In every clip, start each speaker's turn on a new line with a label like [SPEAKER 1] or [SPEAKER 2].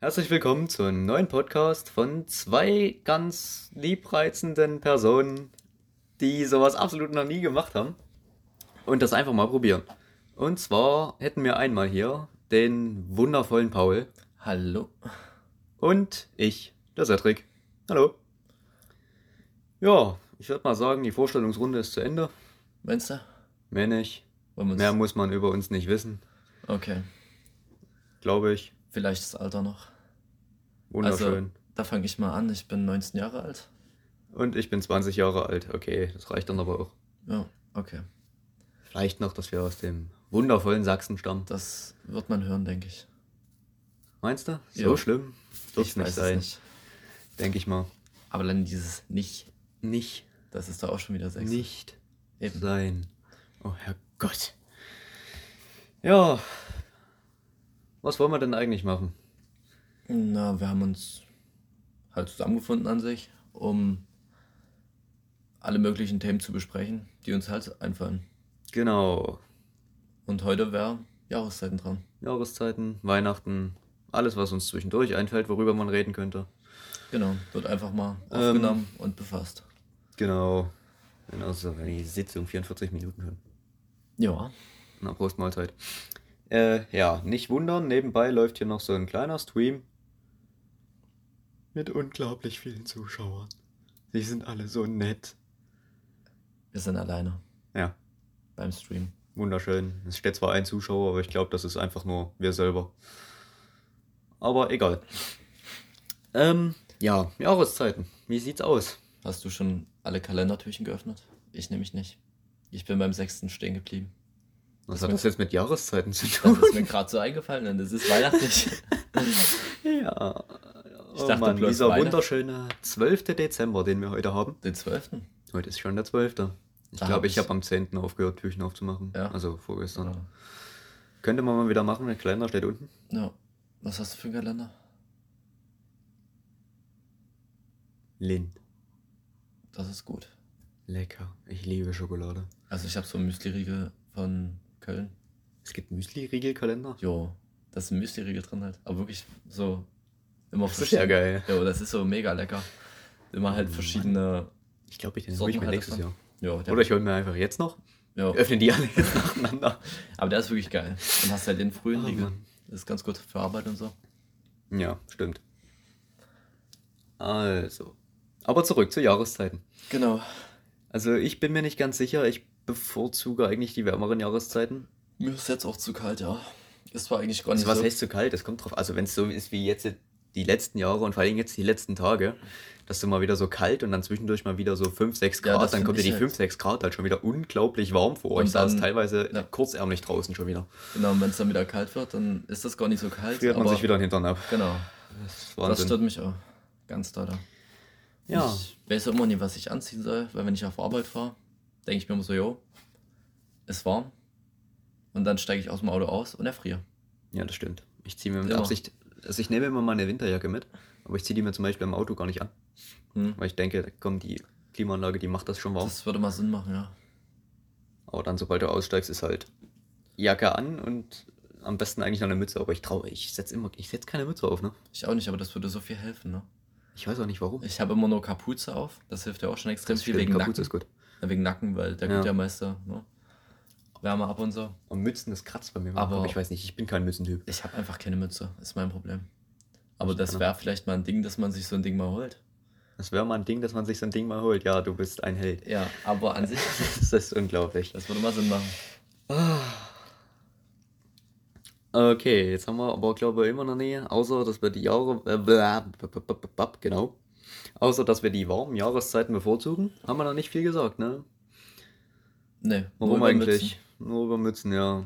[SPEAKER 1] Herzlich willkommen zu einem neuen Podcast von zwei ganz liebreizenden Personen, die sowas absolut noch nie gemacht haben und das einfach mal probieren. Und zwar hätten wir einmal hier den wundervollen Paul
[SPEAKER 2] Hallo.
[SPEAKER 1] und ich, der Cedric. Hallo. Ja, ich würde mal sagen, die Vorstellungsrunde ist zu Ende.
[SPEAKER 2] Meinst du?
[SPEAKER 1] Mehr nicht.
[SPEAKER 2] Wollen wir uns-
[SPEAKER 1] Mehr muss man über uns nicht wissen,
[SPEAKER 2] Okay.
[SPEAKER 1] glaube ich.
[SPEAKER 2] Vielleicht das Alter noch.
[SPEAKER 1] Wunderschön.
[SPEAKER 2] Also, da fange ich mal an. Ich bin 19 Jahre alt.
[SPEAKER 1] Und ich bin 20 Jahre alt. Okay, das reicht dann aber auch.
[SPEAKER 2] Ja, okay.
[SPEAKER 1] Vielleicht noch, dass wir aus dem wundervollen Sachsen stammen.
[SPEAKER 2] Das wird man hören, denke ich.
[SPEAKER 1] Meinst du? So
[SPEAKER 2] Jo.
[SPEAKER 1] schlimm? Wird's
[SPEAKER 2] ich
[SPEAKER 1] nicht sein, denke ich mal.
[SPEAKER 2] Aber dann dieses nicht.
[SPEAKER 1] Nicht,
[SPEAKER 2] Das ist da auch schon wieder sechs.
[SPEAKER 1] nicht
[SPEAKER 2] Eben.
[SPEAKER 1] sein. Oh Herrgott. Ja. Was wollen wir denn eigentlich machen?
[SPEAKER 2] Na, wir haben uns halt zusammengefunden an sich, um alle möglichen Themen zu besprechen, die uns halt einfallen.
[SPEAKER 1] Genau.
[SPEAKER 2] Und heute wäre Jahreszeiten dran.
[SPEAKER 1] Jahreszeiten, Weihnachten, alles, was uns zwischendurch einfällt, worüber man reden könnte.
[SPEAKER 2] Genau, wird einfach mal
[SPEAKER 1] Ähm.
[SPEAKER 2] aufgenommen und befasst.
[SPEAKER 1] Genau. Genau, so wenn die Sitzung 44 Minuten schon.
[SPEAKER 2] Ja.
[SPEAKER 1] Na, Prost Mahlzeit. Äh, ja, nicht wundern, nebenbei läuft hier noch so ein kleiner Stream. Mit unglaublich vielen Zuschauern. Sie sind alle so nett.
[SPEAKER 2] Wir sind alleine
[SPEAKER 1] Ja,
[SPEAKER 2] beim Stream.
[SPEAKER 1] wunderschön. Es steht zwar ein Zuschauer, aber ich glaube, das ist einfach nur wir selber. Aber egal. Ähm, ja, Jahreszeiten. Wie sieht's aus?
[SPEAKER 2] Hast du schon alle Kalendertürchen geöffnet? Ich nämlich nicht. Ich bin beim sechsten stehen geblieben.
[SPEAKER 1] Was hat das jetzt mit Jahreszeiten zu
[SPEAKER 2] Das
[SPEAKER 1] tun?
[SPEAKER 2] ist mir gerade so eingefallen, denn es ist weihnachtlich.
[SPEAKER 1] Ja. Oh
[SPEAKER 2] Ich dachte bloß
[SPEAKER 1] dieser
[SPEAKER 2] Weihnachten.
[SPEAKER 1] wunderschöne 12. Dezember, den wir heute haben.
[SPEAKER 2] Den zwölften.
[SPEAKER 1] Heute ist schon der 12. Ich
[SPEAKER 2] Da
[SPEAKER 1] glaube,
[SPEAKER 2] hab
[SPEAKER 1] ich habe
[SPEAKER 2] ich-
[SPEAKER 1] am 10. aufgehört, Türchen aufzumachen.
[SPEAKER 2] Ah, Ja.
[SPEAKER 1] Also vorgestern.
[SPEAKER 2] Ja.
[SPEAKER 1] Könnte man mal wieder machen, der Kleiner steht unten.
[SPEAKER 2] ja. Was hast du für einen Kalender?
[SPEAKER 1] Lind.
[SPEAKER 2] Das ist gut.
[SPEAKER 1] Lecker. Ich liebe Schokolade.
[SPEAKER 2] Also ich habe so einen Müsli-Riegel von Köln.
[SPEAKER 1] Es gibt Müsli-Riegel-Kalender.
[SPEAKER 2] Jo, da ist ein Müsli-Riegel drin halt. Aber wirklich so immer
[SPEAKER 1] Das ist ja geil. Oh
[SPEAKER 2] Jo, das ist so mega lecker. Immer halt
[SPEAKER 1] Mann.
[SPEAKER 2] verschiedene.
[SPEAKER 1] Ich glaube, ich den hole ich
[SPEAKER 2] Sorten
[SPEAKER 1] mir
[SPEAKER 2] hat
[SPEAKER 1] nächstes
[SPEAKER 2] das
[SPEAKER 1] Jahr.
[SPEAKER 2] Jo, der,
[SPEAKER 1] Oder ich hole mir einfach jetzt noch.
[SPEAKER 2] jo.
[SPEAKER 1] Öffne die alle jetzt nacheinander.
[SPEAKER 2] Aber der ist wirklich geil. Dann hast du halt den frühen
[SPEAKER 1] Ah,
[SPEAKER 2] Riegel.
[SPEAKER 1] Mann.
[SPEAKER 2] Das ist ganz gut für Arbeit und so.
[SPEAKER 1] Ja, stimmt. Also. Aber zurück zu Jahreszeiten.
[SPEAKER 2] Genau.
[SPEAKER 1] Also ich bin mir nicht ganz sicher. Ich bevorzuge eigentlich die wärmeren Jahreszeiten.
[SPEAKER 2] Mir ist jetzt auch zu kalt, ja. Es war eigentlich gar nicht
[SPEAKER 1] Also was
[SPEAKER 2] so.
[SPEAKER 1] heißt so kalt? Das kommt drauf. Also wenn es so ist wie jetzt die letzten Jahre und vor allem jetzt die letzten Tage, dass du mal wieder so kalt und dann zwischendurch mal wieder so 5, 6
[SPEAKER 2] Ja,
[SPEAKER 1] Grad,
[SPEAKER 2] das
[SPEAKER 1] dann
[SPEAKER 2] find
[SPEAKER 1] kommt dir
[SPEAKER 2] ich
[SPEAKER 1] die
[SPEAKER 2] halt.
[SPEAKER 1] 5, 6 Grad halt schon wieder unglaublich warm vor.
[SPEAKER 2] Und
[SPEAKER 1] ich saß
[SPEAKER 2] dann-
[SPEAKER 1] teilweise
[SPEAKER 2] ja.
[SPEAKER 1] kurzärmlich draußen schon wieder.
[SPEAKER 2] Genau, wenn es dann wieder kalt wird, dann ist das gar nicht so kalt.
[SPEAKER 1] Friert man
[SPEAKER 2] aber-
[SPEAKER 1] sich wieder den Hintern ab.
[SPEAKER 2] Genau.
[SPEAKER 1] Das ist
[SPEAKER 2] Das
[SPEAKER 1] Wahnsinn.
[SPEAKER 2] stört mich auch. Ganz doll.
[SPEAKER 1] ja,
[SPEAKER 2] Ich weiß immer nie, was ich anziehen soll, weil wenn ich auf Arbeit fahre, denke ich mir immer so, jo, ist warm. Und dann steige ich aus dem Auto aus und erfriere.
[SPEAKER 1] ja, das stimmt. Ich ziehe mir mit
[SPEAKER 2] Immer.
[SPEAKER 1] Absicht, also ich nehme immer meine Winterjacke mit, aber ich ziehe die mir zum Beispiel im Auto gar nicht an,
[SPEAKER 2] Hm.
[SPEAKER 1] weil ich denke, komm, die Klimaanlage, die macht das schon warm.
[SPEAKER 2] Das würde mal Sinn machen, ja.
[SPEAKER 1] Aber dann, sobald du aussteigst, ist halt Jacke an und am besten eigentlich noch eine Mütze. Aber ich traue, ich setze immer, ich setze keine Mütze auf, ne?
[SPEAKER 2] Ich auch nicht, aber das würde so viel helfen, ne?
[SPEAKER 1] Ich weiß auch nicht warum.
[SPEAKER 2] Ich habe immer nur Kapuze auf. Das hilft ja auch schon extrem viel
[SPEAKER 1] stimmt,
[SPEAKER 2] wegen
[SPEAKER 1] Kapuze
[SPEAKER 2] Nacken.
[SPEAKER 1] ist gut.
[SPEAKER 2] Na, wegen Nacken, weil da
[SPEAKER 1] Ja.
[SPEAKER 2] geht ja meiste ne? Wärme ab und so.
[SPEAKER 1] Und Mützen, das kratzt bei mir.
[SPEAKER 2] Aber-
[SPEAKER 1] Aber ich weiß nicht, ich bin kein Mützentyp.
[SPEAKER 2] Ich habe einfach keine Mütze, ist mein Problem. Aber
[SPEAKER 1] Ich
[SPEAKER 2] das
[SPEAKER 1] kann
[SPEAKER 2] wäre vielleicht mal ein Ding, dass man sich so ein Ding mal holt.
[SPEAKER 1] Das wäre mal ein Ding, dass man sich so ein Ding mal holt. Ja, du bist ein Held.
[SPEAKER 2] Ja, aber an sich,
[SPEAKER 1] das ist unglaublich. Ah.
[SPEAKER 2] das würde mal Sinn machen.
[SPEAKER 1] Okay, jetzt haben wir aber, glaube ich, immer noch nie, außer dass wir die Jahre. Äh, bla- b- b- b- b- b- genau. Außer dass wir die warmen Jahreszeiten bevorzugen, haben wir noch nicht viel gesagt, ne?
[SPEAKER 2] Nee, nur
[SPEAKER 1] Warum
[SPEAKER 2] über
[SPEAKER 1] eigentlich?
[SPEAKER 2] Mützen.
[SPEAKER 1] Nur über Mützen, ja.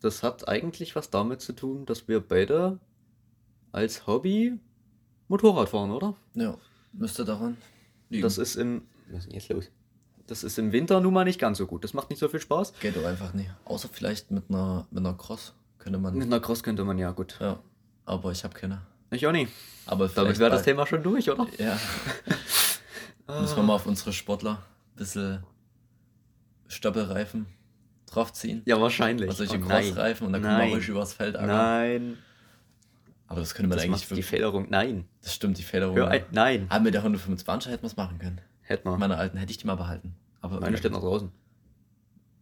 [SPEAKER 1] Das hat eigentlich was damit zu tun, dass wir beide als Hobby Motorrad fahren, oder?
[SPEAKER 2] Ja, müsste daran liegen.
[SPEAKER 1] Das ist im. Was ist denn jetzt los? Das ist im Winter nun mal nicht ganz so gut. Das macht nicht so viel Spaß.
[SPEAKER 2] geht doch einfach nicht. Außer vielleicht mit einer, mit einer Cross könnte man.
[SPEAKER 1] Mit einer Cross könnte man ja gut.
[SPEAKER 2] Ja, aber ich habe keine.
[SPEAKER 1] Ich auch nicht.
[SPEAKER 2] Aber
[SPEAKER 1] Damit
[SPEAKER 2] vielleicht
[SPEAKER 1] wäre das
[SPEAKER 2] bald-
[SPEAKER 1] Thema schon durch, oder?
[SPEAKER 2] Ja, müssen wir mal auf unsere Sportler ein bisschen Stoppelreifen draufziehen.
[SPEAKER 1] Ja, wahrscheinlich.
[SPEAKER 2] Also solche
[SPEAKER 1] Oh, nein.
[SPEAKER 2] Crossreifen und dann können wir
[SPEAKER 1] Nein.
[SPEAKER 2] ruhig übers Feld ärgern.
[SPEAKER 1] Nein.
[SPEAKER 2] Aber das könnte man
[SPEAKER 1] Das
[SPEAKER 2] eigentlich Oh
[SPEAKER 1] macht die
[SPEAKER 2] wirklich.
[SPEAKER 1] Federung. Nein.
[SPEAKER 2] Das stimmt, die Federung.
[SPEAKER 1] Hör ein, nein.
[SPEAKER 2] Aber mit der 125 hätten wir es machen können.
[SPEAKER 1] Hätten wir.
[SPEAKER 2] Mit meiner alten hätte ich die mal behalten. Aber
[SPEAKER 1] Meine steht noch draußen.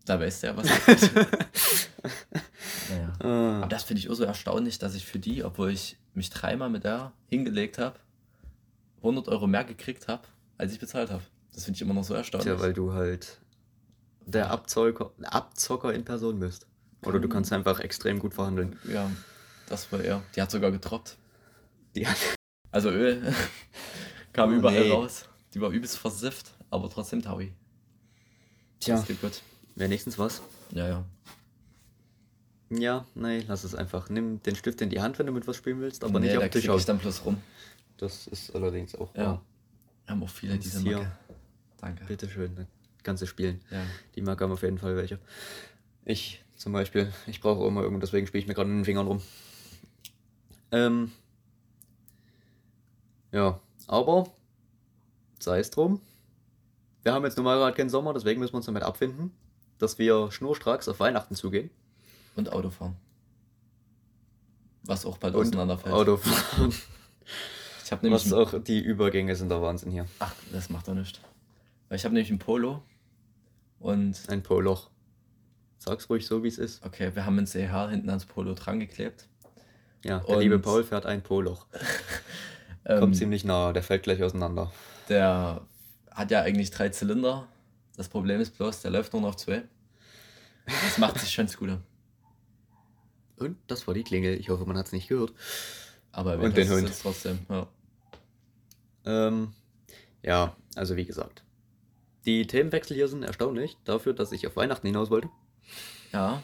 [SPEAKER 2] da weißt du ja was. naja.
[SPEAKER 1] Äh,
[SPEAKER 2] Aber das finde ich auch so erstaunlich, dass ich für die, obwohl ich mich dreimal mit der hingelegt habe, 100 Euro mehr gekriegt habe, als ich bezahlt habe. Das finde ich immer noch so erstaunlich.
[SPEAKER 1] tja, weil du halt der Abzocker, Abzocker in Person bist. Oder du
[SPEAKER 2] Kann-
[SPEAKER 1] kannst einfach extrem gut verhandeln.
[SPEAKER 2] ja, das war er. Die hat sogar getroppt.
[SPEAKER 1] Die
[SPEAKER 2] Also Öl kam
[SPEAKER 1] Oh,
[SPEAKER 2] überall
[SPEAKER 1] nee.
[SPEAKER 2] raus. Die war übelst versifft, aber trotzdem Taui.
[SPEAKER 1] Tja,
[SPEAKER 2] Das geht gut.
[SPEAKER 1] wenigstens was.
[SPEAKER 2] Ja, ja.
[SPEAKER 1] Ja, nee, lass es einfach. Nimm den Stift in die Hand, wenn du mit was spielen willst, aber
[SPEAKER 2] Nee,
[SPEAKER 1] nicht auf
[SPEAKER 2] da
[SPEAKER 1] den Tisch
[SPEAKER 2] krieg ich
[SPEAKER 1] aus.
[SPEAKER 2] dann bloß rum.
[SPEAKER 1] Das ist allerdings auch.
[SPEAKER 2] Ja.
[SPEAKER 1] wahr.
[SPEAKER 2] Haben auch viele
[SPEAKER 1] Und
[SPEAKER 2] diese
[SPEAKER 1] hier.
[SPEAKER 2] Macke. Danke.
[SPEAKER 1] Bitteschön, dann kannst du spielen.
[SPEAKER 2] Ja.
[SPEAKER 1] Die mag haben auf jeden Fall welche. Ich zum Beispiel, ich brauche immer irgendwas, deswegen spiele ich mir gerade in den Fingern rum. Ähm. Ja, aber sei es drum. Wir haben jetzt nun mal gerade keinen Sommer, deswegen müssen wir uns damit abfinden, dass wir schnurstracks auf Weihnachten zugehen.
[SPEAKER 2] Und Autofahren. Was auch bald
[SPEAKER 1] Und
[SPEAKER 2] auseinanderfällt.
[SPEAKER 1] Autofahren.
[SPEAKER 2] Ich habe nämlich
[SPEAKER 1] Was auch die Übergänge sind der Wahnsinn hier.
[SPEAKER 2] Ach, das macht doch nichts. Weil ich habe nämlich ein Polo und
[SPEAKER 1] Ein Poloch. Sag's ruhig so, wie es ist.
[SPEAKER 2] okay, wir haben ein CH hinten ans Polo dran geklebt.
[SPEAKER 1] Ja, der
[SPEAKER 2] Und-
[SPEAKER 1] liebe Paul fährt ein Poloch.
[SPEAKER 2] Ähm,
[SPEAKER 1] Kommt ziemlich nahe, der fällt gleich auseinander.
[SPEAKER 2] Der hat ja eigentlich drei Zylinder. Das Problem ist bloß, der läuft nur noch auf zwei. Das macht sich schon Scooter.
[SPEAKER 1] Und das war die Klingel. Ich hoffe, man hat's nicht gehört.
[SPEAKER 2] Aber
[SPEAKER 1] Und
[SPEAKER 2] wenn
[SPEAKER 1] den
[SPEAKER 2] das
[SPEAKER 1] Hund.
[SPEAKER 2] ist trotzdem. Ja.
[SPEAKER 1] Ähm, ja, also wie gesagt. Die Themenwechsel hier sind erstaunlich, dafür, dass ich auf Weihnachten hinaus wollte.
[SPEAKER 2] ja,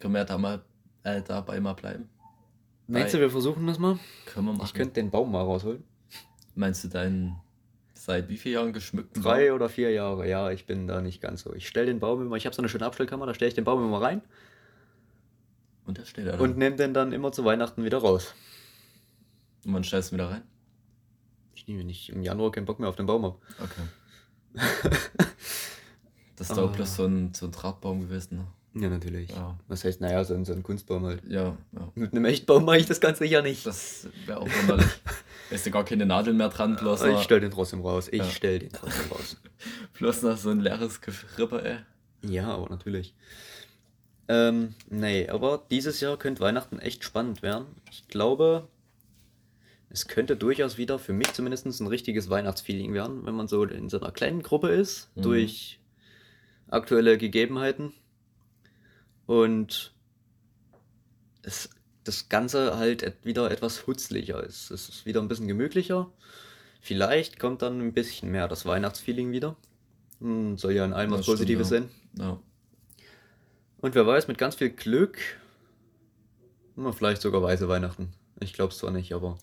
[SPEAKER 2] können wir ja da mal äh, dabei mal bleiben.
[SPEAKER 1] Meinst du, wir versuchen das mal?
[SPEAKER 2] Können wir machen.
[SPEAKER 1] Ich könnte den Baum mal rausholen.
[SPEAKER 2] Meinst du deinen seit wie vielen Jahren geschmückten Baum?
[SPEAKER 1] Drei oder vier Jahre, ja, ich bin da nicht ganz so. Ich stelle den Baum immer, ich habe so eine schöne Abstellkammer, da stelle ich den Baum immer rein
[SPEAKER 2] Und da steht er.
[SPEAKER 1] und
[SPEAKER 2] Und,
[SPEAKER 1] nehme den dann immer zu Weihnachten wieder raus.
[SPEAKER 2] und man stellst ihn wieder rein?
[SPEAKER 1] Ich nehme nicht im Januar keinen Bock mehr auf den Baum ab.
[SPEAKER 2] Okay. Das ist doch
[SPEAKER 1] Ah.
[SPEAKER 2] bloß so ein, so ein Drahtbaum gewesen. Ne?
[SPEAKER 1] Ja, natürlich.
[SPEAKER 2] Ja.
[SPEAKER 1] Was heißt, naja, so ein, so ein Kunstbaum halt.
[SPEAKER 2] Ja, ja.
[SPEAKER 1] Mit einem Echtbaum mache ich das ganz sicher nicht.
[SPEAKER 2] Das wäre auch wunderlich. Da ist ja gar keine Nadel mehr dran, bloß,
[SPEAKER 1] Ah, ich
[SPEAKER 2] noch,
[SPEAKER 1] stell den trotzdem raus. Ich
[SPEAKER 2] Ja.
[SPEAKER 1] stell den trotzdem raus.
[SPEAKER 2] bloß noch so ein leeres Gefrippe, ey.
[SPEAKER 1] Ja, aber natürlich. Ähm, nee, aber dieses Jahr könnte Weihnachten echt spannend werden. Ich glaube, es könnte durchaus wieder für mich zumindest ein richtiges Weihnachtsfeeling werden, wenn man so in so einer kleinen Gruppe ist,
[SPEAKER 2] Mhm.
[SPEAKER 1] durch aktuelle Gegebenheiten. Und es, das Ganze halt et- wieder etwas hutzlicher ist. Es ist wieder ein bisschen gemütlicher. Vielleicht kommt dann ein bisschen mehr das Weihnachtsfeeling wieder. Hm, soll ja in allem
[SPEAKER 2] Das
[SPEAKER 1] was
[SPEAKER 2] stimmt,
[SPEAKER 1] Positives
[SPEAKER 2] ja.
[SPEAKER 1] sein.
[SPEAKER 2] Ja.
[SPEAKER 1] Und wer weiß, mit ganz viel Glück, na, vielleicht sogar weiße Weihnachten. Ich glaube es zwar nicht, aber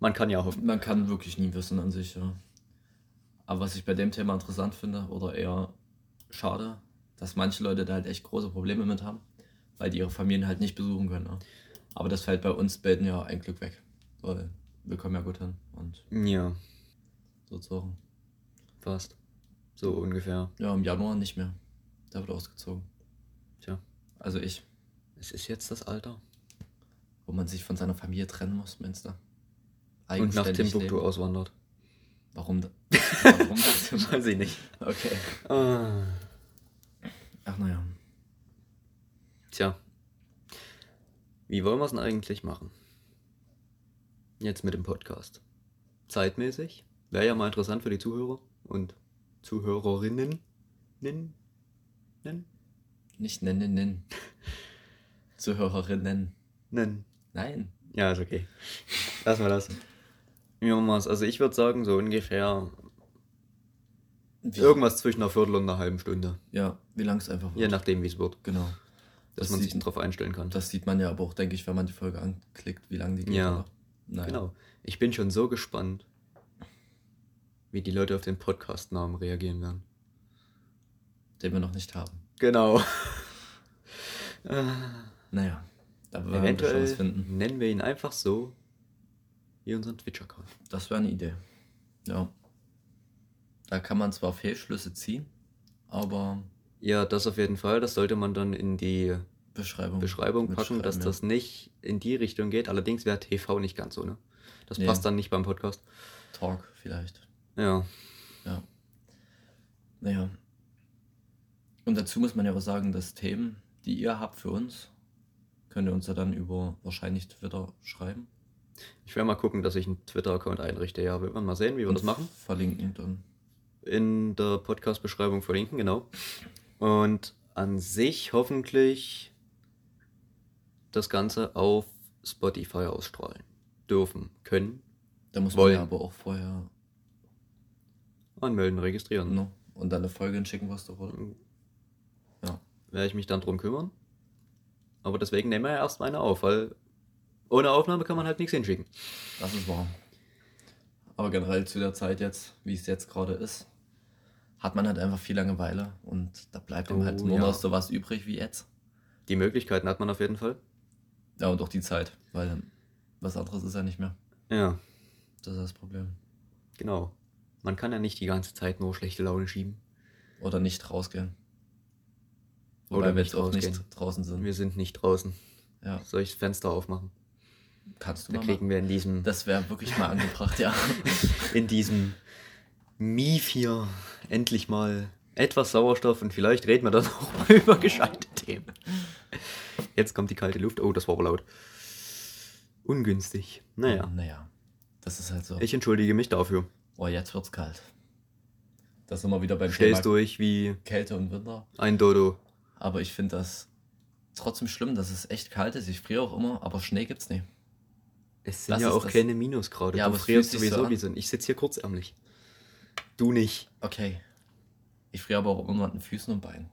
[SPEAKER 1] man kann ja hoffen.
[SPEAKER 2] Man kann wirklich nie wissen an sich, ja. Aber was ich bei dem Thema interessant finde, oder eher schade, dass manche Leute da halt echt große Probleme mit haben, weil die ihre Familien halt nicht besuchen können. Ne? Aber das fällt bei uns beiden ja ein Glück weg. Weil wir kommen ja gut hin und
[SPEAKER 1] Ja,
[SPEAKER 2] sozusagen.
[SPEAKER 1] fast. So ungefähr.
[SPEAKER 2] Ja, im Januar nicht mehr. Da wird ausgezogen.
[SPEAKER 1] Tja.
[SPEAKER 2] Also ich,
[SPEAKER 1] Es ist jetzt das Alter.
[SPEAKER 2] wo man sich von seiner Familie trennen muss, meinst du?
[SPEAKER 1] Und nach
[SPEAKER 2] Eigenständig
[SPEAKER 1] Timbuktu
[SPEAKER 2] leben.
[SPEAKER 1] auswandert.
[SPEAKER 2] Warum? da- Warum das denn?
[SPEAKER 1] Weiß ich nicht.
[SPEAKER 2] Okay.
[SPEAKER 1] Ah.
[SPEAKER 2] Ach naja.
[SPEAKER 1] Tja. Wie wollen wir es denn eigentlich machen? Jetzt mit dem Podcast. Zeitmäßig. Wäre ja mal interessant für die Zuhörer und Zuhörerinnen. Nin? Nin?
[SPEAKER 2] Nicht nennen, nennen. Zuhörerinnen.
[SPEAKER 1] Nin.
[SPEAKER 2] Nein.
[SPEAKER 1] Ja, ist okay. Lassen wir das. Wie machen wir es? Also ich würde sagen, so ungefähr
[SPEAKER 2] Wie,
[SPEAKER 1] irgendwas zwischen einer Viertel und einer halben Stunde.
[SPEAKER 2] ja, wie lang es einfach wird.
[SPEAKER 1] Je nachdem, wie es wird.
[SPEAKER 2] Genau.
[SPEAKER 1] Dass
[SPEAKER 2] Das
[SPEAKER 1] man sich
[SPEAKER 2] sieht- Ah,
[SPEAKER 1] drauf einstellen kann.
[SPEAKER 2] Und das sieht man ja aber auch, denke ich, wenn man die Folge anklickt, wie lang die geht.
[SPEAKER 1] Ja.
[SPEAKER 2] oder? Naja.
[SPEAKER 1] Genau. Ich bin schon so gespannt, wie die Leute auf den Podcast-Namen reagieren werden.
[SPEAKER 2] Den wir noch nicht haben.
[SPEAKER 1] Genau.
[SPEAKER 2] Naja. Da werden wir schon was
[SPEAKER 1] Äh, Eventuell
[SPEAKER 2] finden.
[SPEAKER 1] nennen wir ihn einfach so wie unseren Twitch-Account.
[SPEAKER 2] Das wäre eine Idee. Ja. Da kann man zwar Fehlschlüsse ziehen, aber
[SPEAKER 1] Ja, das auf jeden Fall. Das sollte man dann in die
[SPEAKER 2] Beschreibung.
[SPEAKER 1] Beschreibung packen,
[SPEAKER 2] mitschreiben,
[SPEAKER 1] dass
[SPEAKER 2] ja.
[SPEAKER 1] das nicht in die Richtung geht. Allerdings wäre TV nicht ganz so, ne? Das
[SPEAKER 2] Nee.
[SPEAKER 1] passt dann nicht beim Podcast.
[SPEAKER 2] Talk vielleicht.
[SPEAKER 1] Ja.
[SPEAKER 2] Ja. Naja. Und dazu muss man ja auch sagen, dass Themen, die ihr habt für uns, könnt ihr uns ja dann über wahrscheinlich Twitter schreiben.
[SPEAKER 1] Ich werde mal gucken, dass ich einen Twitter-Account einrichte. Ja, wird man mal sehen, wie wir das machen.
[SPEAKER 2] Verlinken dann.
[SPEAKER 1] In der Podcast-Beschreibung verlinken, genau. Und an sich hoffentlich das Ganze auf Spotify ausstrahlen dürfen, können,
[SPEAKER 2] Da muss
[SPEAKER 1] Wollen.
[SPEAKER 2] man ja aber auch vorher
[SPEAKER 1] anmelden, registrieren.
[SPEAKER 2] ne, und dann eine Folge hinschicken, was du wolltest.
[SPEAKER 1] werde ich mich dann drum kümmern. Aber deswegen nehmen wir ja erst mal eine auf, weil ohne Aufnahme kann man halt nichts hinschicken.
[SPEAKER 2] Das ist wahr. Aber generell zu der Zeit jetzt, wie es jetzt gerade ist, hat man halt einfach viel Langeweile und da bleibt
[SPEAKER 1] Oh,
[SPEAKER 2] ihm halt nur
[SPEAKER 1] ja.
[SPEAKER 2] noch sowas übrig wie jetzt.
[SPEAKER 1] Die Möglichkeiten hat man auf jeden Fall.
[SPEAKER 2] Ja, und auch die Zeit, weil was anderes ist ja nicht mehr.
[SPEAKER 1] Ja,
[SPEAKER 2] Das ist das Problem.
[SPEAKER 1] genau. Man kann ja nicht die ganze Zeit nur schlechte Laune schieben.
[SPEAKER 2] Oder nicht rausgehen.
[SPEAKER 1] Oder
[SPEAKER 2] Wobei wir
[SPEAKER 1] nicht
[SPEAKER 2] jetzt auch nicht
[SPEAKER 1] rausgehen.
[SPEAKER 2] draußen sind.
[SPEAKER 1] Wir sind nicht draußen.
[SPEAKER 2] ja,
[SPEAKER 1] Soll ich das Fenster aufmachen?
[SPEAKER 2] kannst du
[SPEAKER 1] Da
[SPEAKER 2] mal machen.
[SPEAKER 1] kriegen wir in diesem,
[SPEAKER 2] Das wäre wirklich mal angebracht, ja.
[SPEAKER 1] in diesem Mief hier endlich mal etwas Sauerstoff und vielleicht reden wir dann auch mal über gescheite Themen. Jetzt kommt die kalte Luft. Oh, das war aber laut. Ungünstig. Naja,
[SPEAKER 2] Naja, das ist halt so.
[SPEAKER 1] ich entschuldige mich dafür.
[SPEAKER 2] oh, jetzt wird's kalt. Da sind wir wieder beim
[SPEAKER 1] stellst
[SPEAKER 2] Thema
[SPEAKER 1] durch wie
[SPEAKER 2] Kälte und Winter.
[SPEAKER 1] ein Dodo.
[SPEAKER 2] Aber ich finde das trotzdem schlimm, dass es echt kalt ist. Ich friere auch immer, aber Schnee gibt's nie.
[SPEAKER 1] Es sind
[SPEAKER 2] Das
[SPEAKER 1] ja
[SPEAKER 2] ist
[SPEAKER 1] auch
[SPEAKER 2] das-
[SPEAKER 1] keine Minusgrade.
[SPEAKER 2] Ja,
[SPEAKER 1] du
[SPEAKER 2] aber es
[SPEAKER 1] frierst
[SPEAKER 2] fühlt sich so
[SPEAKER 1] sowieso
[SPEAKER 2] an.
[SPEAKER 1] wie so ein. Ich sitze hier kurzärmlich. Du nicht.
[SPEAKER 2] Okay. Ich friere aber auch immer an den Füßen und Beinen.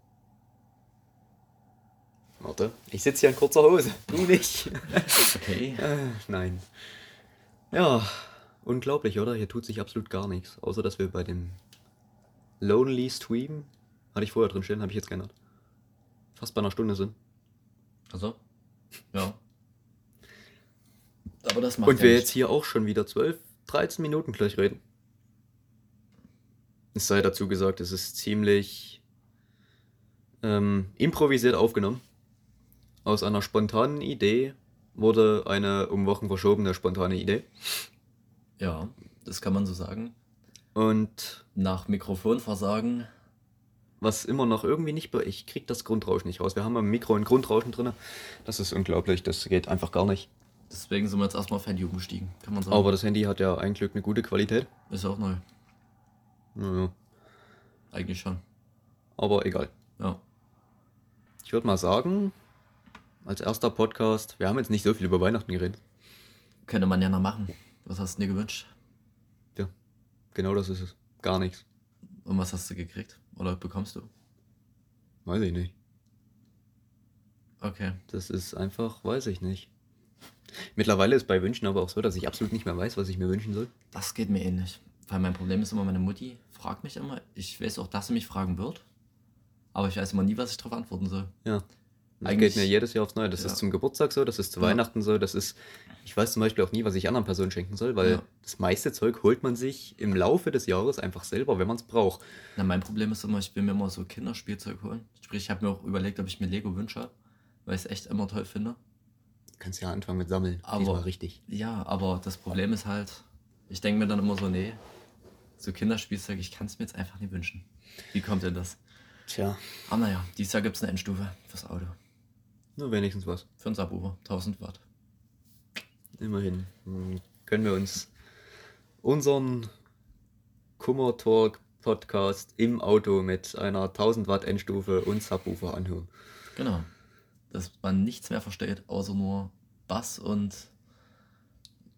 [SPEAKER 1] Warte. Ich sitze hier in kurzer Hose. Du nicht.
[SPEAKER 2] Okay.
[SPEAKER 1] äh, nein. Ja, unglaublich, oder? Hier tut sich absolut gar nichts. Außer, dass wir bei dem Lonely Stream, hatte ich vorher drin stehen, habe ich jetzt geändert. Fast bei einer Stunde sind.
[SPEAKER 2] Also, ja. Aber das macht
[SPEAKER 1] Und wir
[SPEAKER 2] ja
[SPEAKER 1] jetzt hier auch schon wieder 12, 13 Minuten gleich reden. Es sei dazu gesagt, es ist ziemlich ähm, improvisiert aufgenommen. Aus einer spontanen Idee wurde eine um Wochen verschobene spontane Idee.
[SPEAKER 2] Ja, das kann man so sagen.
[SPEAKER 1] Und
[SPEAKER 2] Nach Mikrofonversagen
[SPEAKER 1] was immer noch irgendwie nicht be- Ich krieg das Grundrauschen nicht raus. Wir haben am Mikro ein Grundrauschen drin. Das ist unglaublich, das geht einfach gar nicht.
[SPEAKER 2] Deswegen sind wir jetzt erstmal auf Handy umgestiegen, kann man sagen.
[SPEAKER 1] Aber das Handy hat ja ein Glück eine gute Qualität.
[SPEAKER 2] ist ja auch neu.
[SPEAKER 1] Naja,
[SPEAKER 2] Eigentlich schon.
[SPEAKER 1] aber egal.
[SPEAKER 2] Ja.
[SPEAKER 1] Ich würde mal sagen, als erster Podcast, wir haben jetzt nicht so viel über Weihnachten geredet.
[SPEAKER 2] Könnte man ja noch machen. Was hast du dir gewünscht?
[SPEAKER 1] Genau das ist es. Gar nichts.
[SPEAKER 2] Und was hast du gekriegt? Oder bekommst du?
[SPEAKER 1] Weiß ich nicht.
[SPEAKER 2] Okay.
[SPEAKER 1] Das ist einfach, weiß ich nicht. Mittlerweile ist bei Wünschen aber auch so, dass ich absolut nicht mehr weiß, was ich mir wünschen soll.
[SPEAKER 2] Das geht mir ähnlich. Weil mein Problem ist immer, meine Mutti fragt mich immer. Ich weiß auch, dass sie mich fragen wird. Aber ich weiß immer nie, was ich darauf antworten soll.
[SPEAKER 1] Ja. Das
[SPEAKER 2] Eigentlich-
[SPEAKER 1] geht mir ne, jedes Jahr aufs Neue. Das
[SPEAKER 2] Ja.
[SPEAKER 1] ist zum Geburtstag so, das ist zu
[SPEAKER 2] Ja.
[SPEAKER 1] Weihnachten so, das ist. Ich weiß zum Beispiel auch nie, was ich anderen Personen schenken soll, weil
[SPEAKER 2] Ja.
[SPEAKER 1] das meiste Zeug holt man sich im Laufe des Jahres einfach selber, wenn man es braucht.
[SPEAKER 2] Na, mein Problem ist immer, ich will mir immer so Kinderspielzeug holen. Sprich, ich habe mir auch überlegt, ob ich mir Lego wünsche. Weil ich es echt immer toll finde.
[SPEAKER 1] Du kannst ja anfangen mit Sammeln.
[SPEAKER 2] Aber-
[SPEAKER 1] Diesmal richtig.
[SPEAKER 2] Ja, aber das Problem ist halt, ich denke mir dann immer so, nee, so Kinderspielzeug, ich kann es mir jetzt einfach nicht wünschen. Wie kommt denn das?
[SPEAKER 1] Tja.
[SPEAKER 2] Aber naja, dieses Jahr gibt es eine Endstufe fürs Auto.
[SPEAKER 1] Nur wenigstens was.
[SPEAKER 2] Für einen Subwoofer, 1000 Watt.
[SPEAKER 1] Immerhin mh, können wir uns unseren Kummer Talk Podcast im Auto mit einer 1000 Watt Endstufe und Subwoofer anhören.
[SPEAKER 2] Genau. Dass man nichts mehr versteht, außer nur Bass und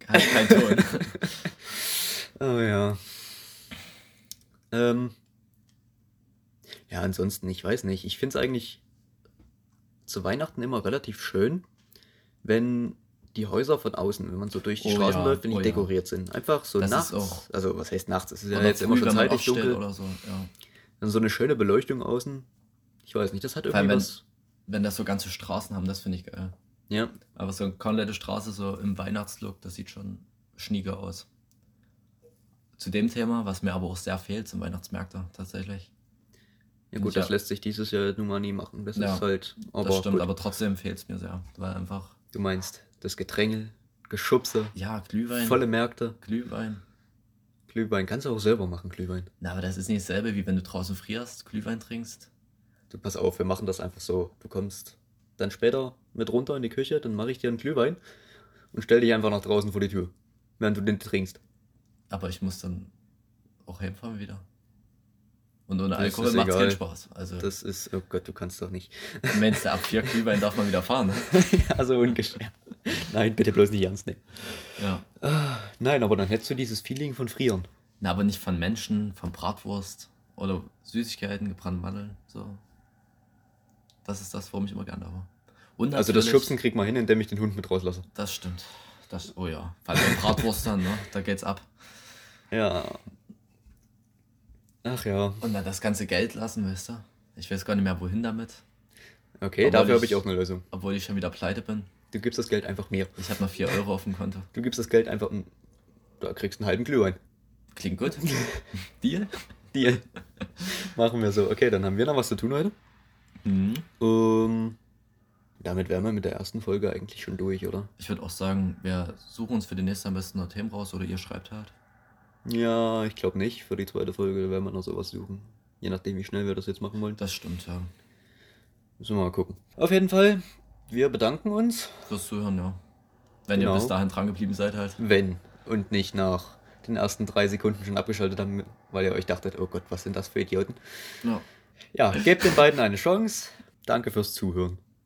[SPEAKER 2] halt kein Ton.
[SPEAKER 1] Oh ja. Ähm, ja, ansonsten, ich weiß nicht. Ich finde es eigentlich zu Weihnachten immer relativ schön, wenn die Häuser von außen, wenn man so durch die
[SPEAKER 2] Oh
[SPEAKER 1] Straßen
[SPEAKER 2] ja,
[SPEAKER 1] läuft, wenn die
[SPEAKER 2] oh ja.
[SPEAKER 1] dekoriert sind. Einfach so
[SPEAKER 2] Das ist
[SPEAKER 1] nachts.
[SPEAKER 2] auch-
[SPEAKER 1] also, was heißt nachts? Es ist ja
[SPEAKER 2] Oder
[SPEAKER 1] jetzt immer
[SPEAKER 2] früh,
[SPEAKER 1] schon
[SPEAKER 2] wenn man
[SPEAKER 1] zeitig
[SPEAKER 2] aufsteht
[SPEAKER 1] dunkel.
[SPEAKER 2] Oder so. ja.
[SPEAKER 1] Dann so eine schöne Beleuchtung außen. Ich weiß nicht, das hat
[SPEAKER 2] Vor allem,
[SPEAKER 1] irgendwie
[SPEAKER 2] wenn-
[SPEAKER 1] was.
[SPEAKER 2] Wenn das so ganze Straßen haben, das finde ich geil.
[SPEAKER 1] Ja,
[SPEAKER 2] Aber so eine komplette Straße so im Weihnachtslook, das sieht schon schnieke aus. Zu dem Thema, was mir aber auch sehr fehlt, sind Weihnachtsmärkte tatsächlich.
[SPEAKER 1] Ja gut,
[SPEAKER 2] Ja.
[SPEAKER 1] das lässt sich dieses Jahr nun mal nie machen. Das
[SPEAKER 2] Ja,
[SPEAKER 1] ist halt. Aber
[SPEAKER 2] das stimmt,
[SPEAKER 1] gut,
[SPEAKER 2] aber trotzdem fehlt es mir sehr. Weil einfach,
[SPEAKER 1] du meinst das Gedränge, Geschubse,
[SPEAKER 2] ja, Glühwein.
[SPEAKER 1] volle Märkte,
[SPEAKER 2] Glühwein.
[SPEAKER 1] Glühwein. Kannst du auch selber machen, Glühwein.
[SPEAKER 2] Na, aber das ist nicht dasselbe, wie wenn du draußen frierst, Glühwein trinkst.
[SPEAKER 1] Du pass auf, wir machen das einfach so. Du kommst dann später mit runter in die Küche, dann mache ich dir einen Glühwein und stell dich einfach nach draußen vor die Tür, während du den trinkst.
[SPEAKER 2] Aber ich muss dann auch heimfahren wieder. Und ohne
[SPEAKER 1] Das
[SPEAKER 2] Alkohol
[SPEAKER 1] ist
[SPEAKER 2] macht es
[SPEAKER 1] egal.
[SPEAKER 2] keinen Spaß. Also,
[SPEAKER 1] Das ist, oh Gott, du kannst doch nicht.
[SPEAKER 2] meinst du, ab vier Glühwein darf man wieder fahren? Ne?
[SPEAKER 1] also ungefähr. Nein, bitte bloß nicht ernst nehmen.
[SPEAKER 2] Ja.
[SPEAKER 1] Ah, Nein, aber dann hättest du dieses Feeling von frieren.
[SPEAKER 2] Na, aber nicht von Menschen, von Bratwurst oder Süßigkeiten, gebrannten Mandeln. So. Das ist das, worum ich immer gerne da war. Und
[SPEAKER 1] Also das
[SPEAKER 2] natürlich-
[SPEAKER 1] Schubsen krieg mal hin, indem ich den Hund mit rauslasse.
[SPEAKER 2] Das stimmt. Das, oh ja. Vor allem bei Bratwurst dann, ne? Da geht's ab.
[SPEAKER 1] Ja. Ach ja.
[SPEAKER 2] Und dann das ganze Geld lassen, weißt du? Ich weiß gar nicht mehr, wohin damit.
[SPEAKER 1] Okay,
[SPEAKER 2] Aber
[SPEAKER 1] dafür
[SPEAKER 2] ich-
[SPEAKER 1] habe ich auch eine Lösung.
[SPEAKER 2] Obwohl ich schon wieder pleite bin.
[SPEAKER 1] Du gibst das Geld einfach mir.
[SPEAKER 2] Ich habe noch 4 Euro auf dem Konto.
[SPEAKER 1] Du gibst das Geld einfach. Du kriegst einen halben Glühwein.
[SPEAKER 2] Klingt gut. Deal?
[SPEAKER 1] Deal. Machen wir so. Okay, dann haben wir noch was zu tun heute.
[SPEAKER 2] Hm.
[SPEAKER 1] Ähm, damit wären wir mit der ersten Folge eigentlich schon durch, oder?
[SPEAKER 2] Ich würde auch sagen, wir suchen uns für die nächste am besten noch Themen raus oder ihr schreibt halt.
[SPEAKER 1] Ja, ich glaube nicht. Für die zweite Folge werden wir noch sowas suchen. Je nachdem, wie schnell wir das jetzt machen wollen.
[SPEAKER 2] Das stimmt, ja.
[SPEAKER 1] Müssen wir mal gucken. Auf jeden Fall, wir bedanken uns.
[SPEAKER 2] Fürs Zuhören, ja. Wenn
[SPEAKER 1] Genau.
[SPEAKER 2] ihr bis dahin dran geblieben seid halt.
[SPEAKER 1] Wenn und nicht nach den ersten drei Sekunden schon abgeschaltet haben, weil ihr euch dachtet, oh Gott, was sind das für Idioten.
[SPEAKER 2] Ja.
[SPEAKER 1] Ja, gebt den beiden eine Chance. Danke fürs Zuhören.